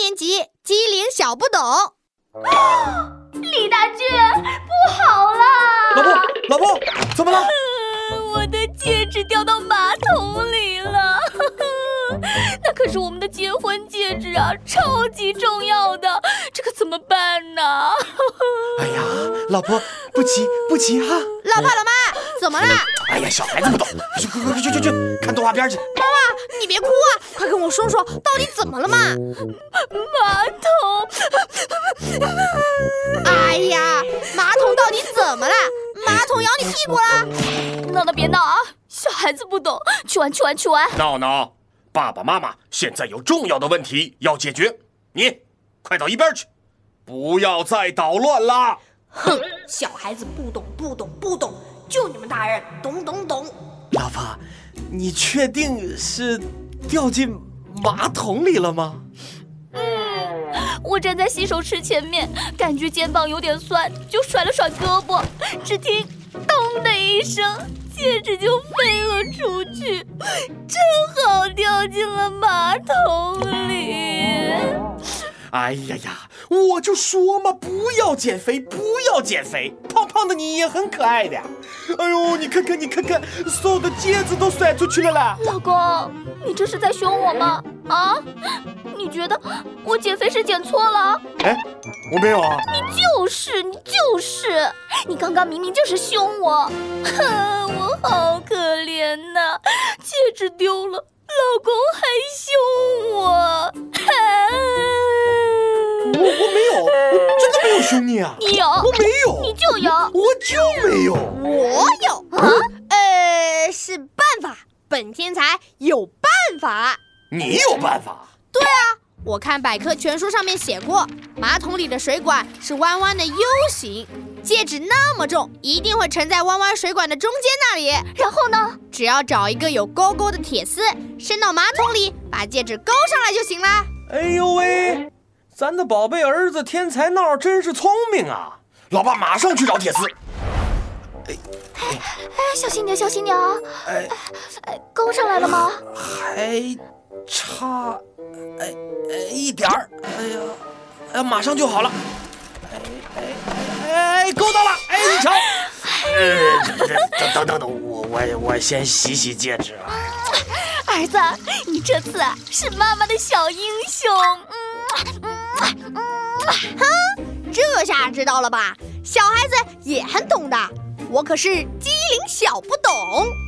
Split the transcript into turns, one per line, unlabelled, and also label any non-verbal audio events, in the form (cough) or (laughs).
机灵小不懂。
李大俊，不好了！
老婆，老婆，怎么了？
我的戒指掉到马桶里了， (laughs) 那可是我们的结婚戒指啊，超级重要的，这可怎么办呢？
哎呀，老婆，不急不急哈、
老爸老妈，怎么啦？
哎呀，小孩子不懂，去快快快去去去看动画片去。
你别哭啊，快跟我说说到底怎么了嘛！
马桶，
哎呀，马桶到底怎么啦？马桶咬你屁股啦？
闹闹别闹啊！小孩子不懂，去玩去玩去玩！
闹闹，爸爸妈妈现在有重要的问题要解决，你快到一边去，不要再捣乱啦！
哼，小孩子不懂不懂不懂，就你们大人懂懂懂。
老婆，你确定是掉进马桶里了吗？
我站在洗手池前面，感觉肩膀有点酸，就甩了甩胳膊，只听“咚”的一声，戒指就飞了出去，正好掉进了马桶里。
哎呀呀，我就说嘛，不要减肥，不要减肥，胖胖的你也很可爱的呀。哎呦，你看看你看看，所有的戒指都甩出去了啦。
老公，你这是在凶我吗？啊？你觉得我减肥时减错了？
哎，我没有啊。
就是你就是，你刚刚明明就是凶我，哼，我好可怜呐、戒指丢了，老公还凶我，
我
哼
我没有，我真的没有凶你啊，
你有，
我没有，
你就有，
我就没有。
哦
我有啊，呃，是办法，本天才有办法。
你有办法？
我看百科全书上面写过，马桶里的水管是弯弯的 U 型，戒指那么重，一定会沉在弯弯水管的中间那里。
然后呢？
只要找一个有勾勾的铁丝，伸到马桶里，把戒指勾上来就行啦。
哎呦喂，咱的宝贝儿子天才闹真是聪明啊！
老爸马上去找铁丝。
哎，小心点，小心点啊！
哎，
哎，勾上来了吗？
还差哎哎一点儿，哎呀，哎马上就好了。哎哎哎，够到了！哎，你瞧，哎
呃，等等等，我我我先洗洗戒指啊。
儿子，你这次啊是妈妈的小英雄，嗯嗯嗯。
这下知道了吧？小孩子也很懂的，我可是机灵小不懂。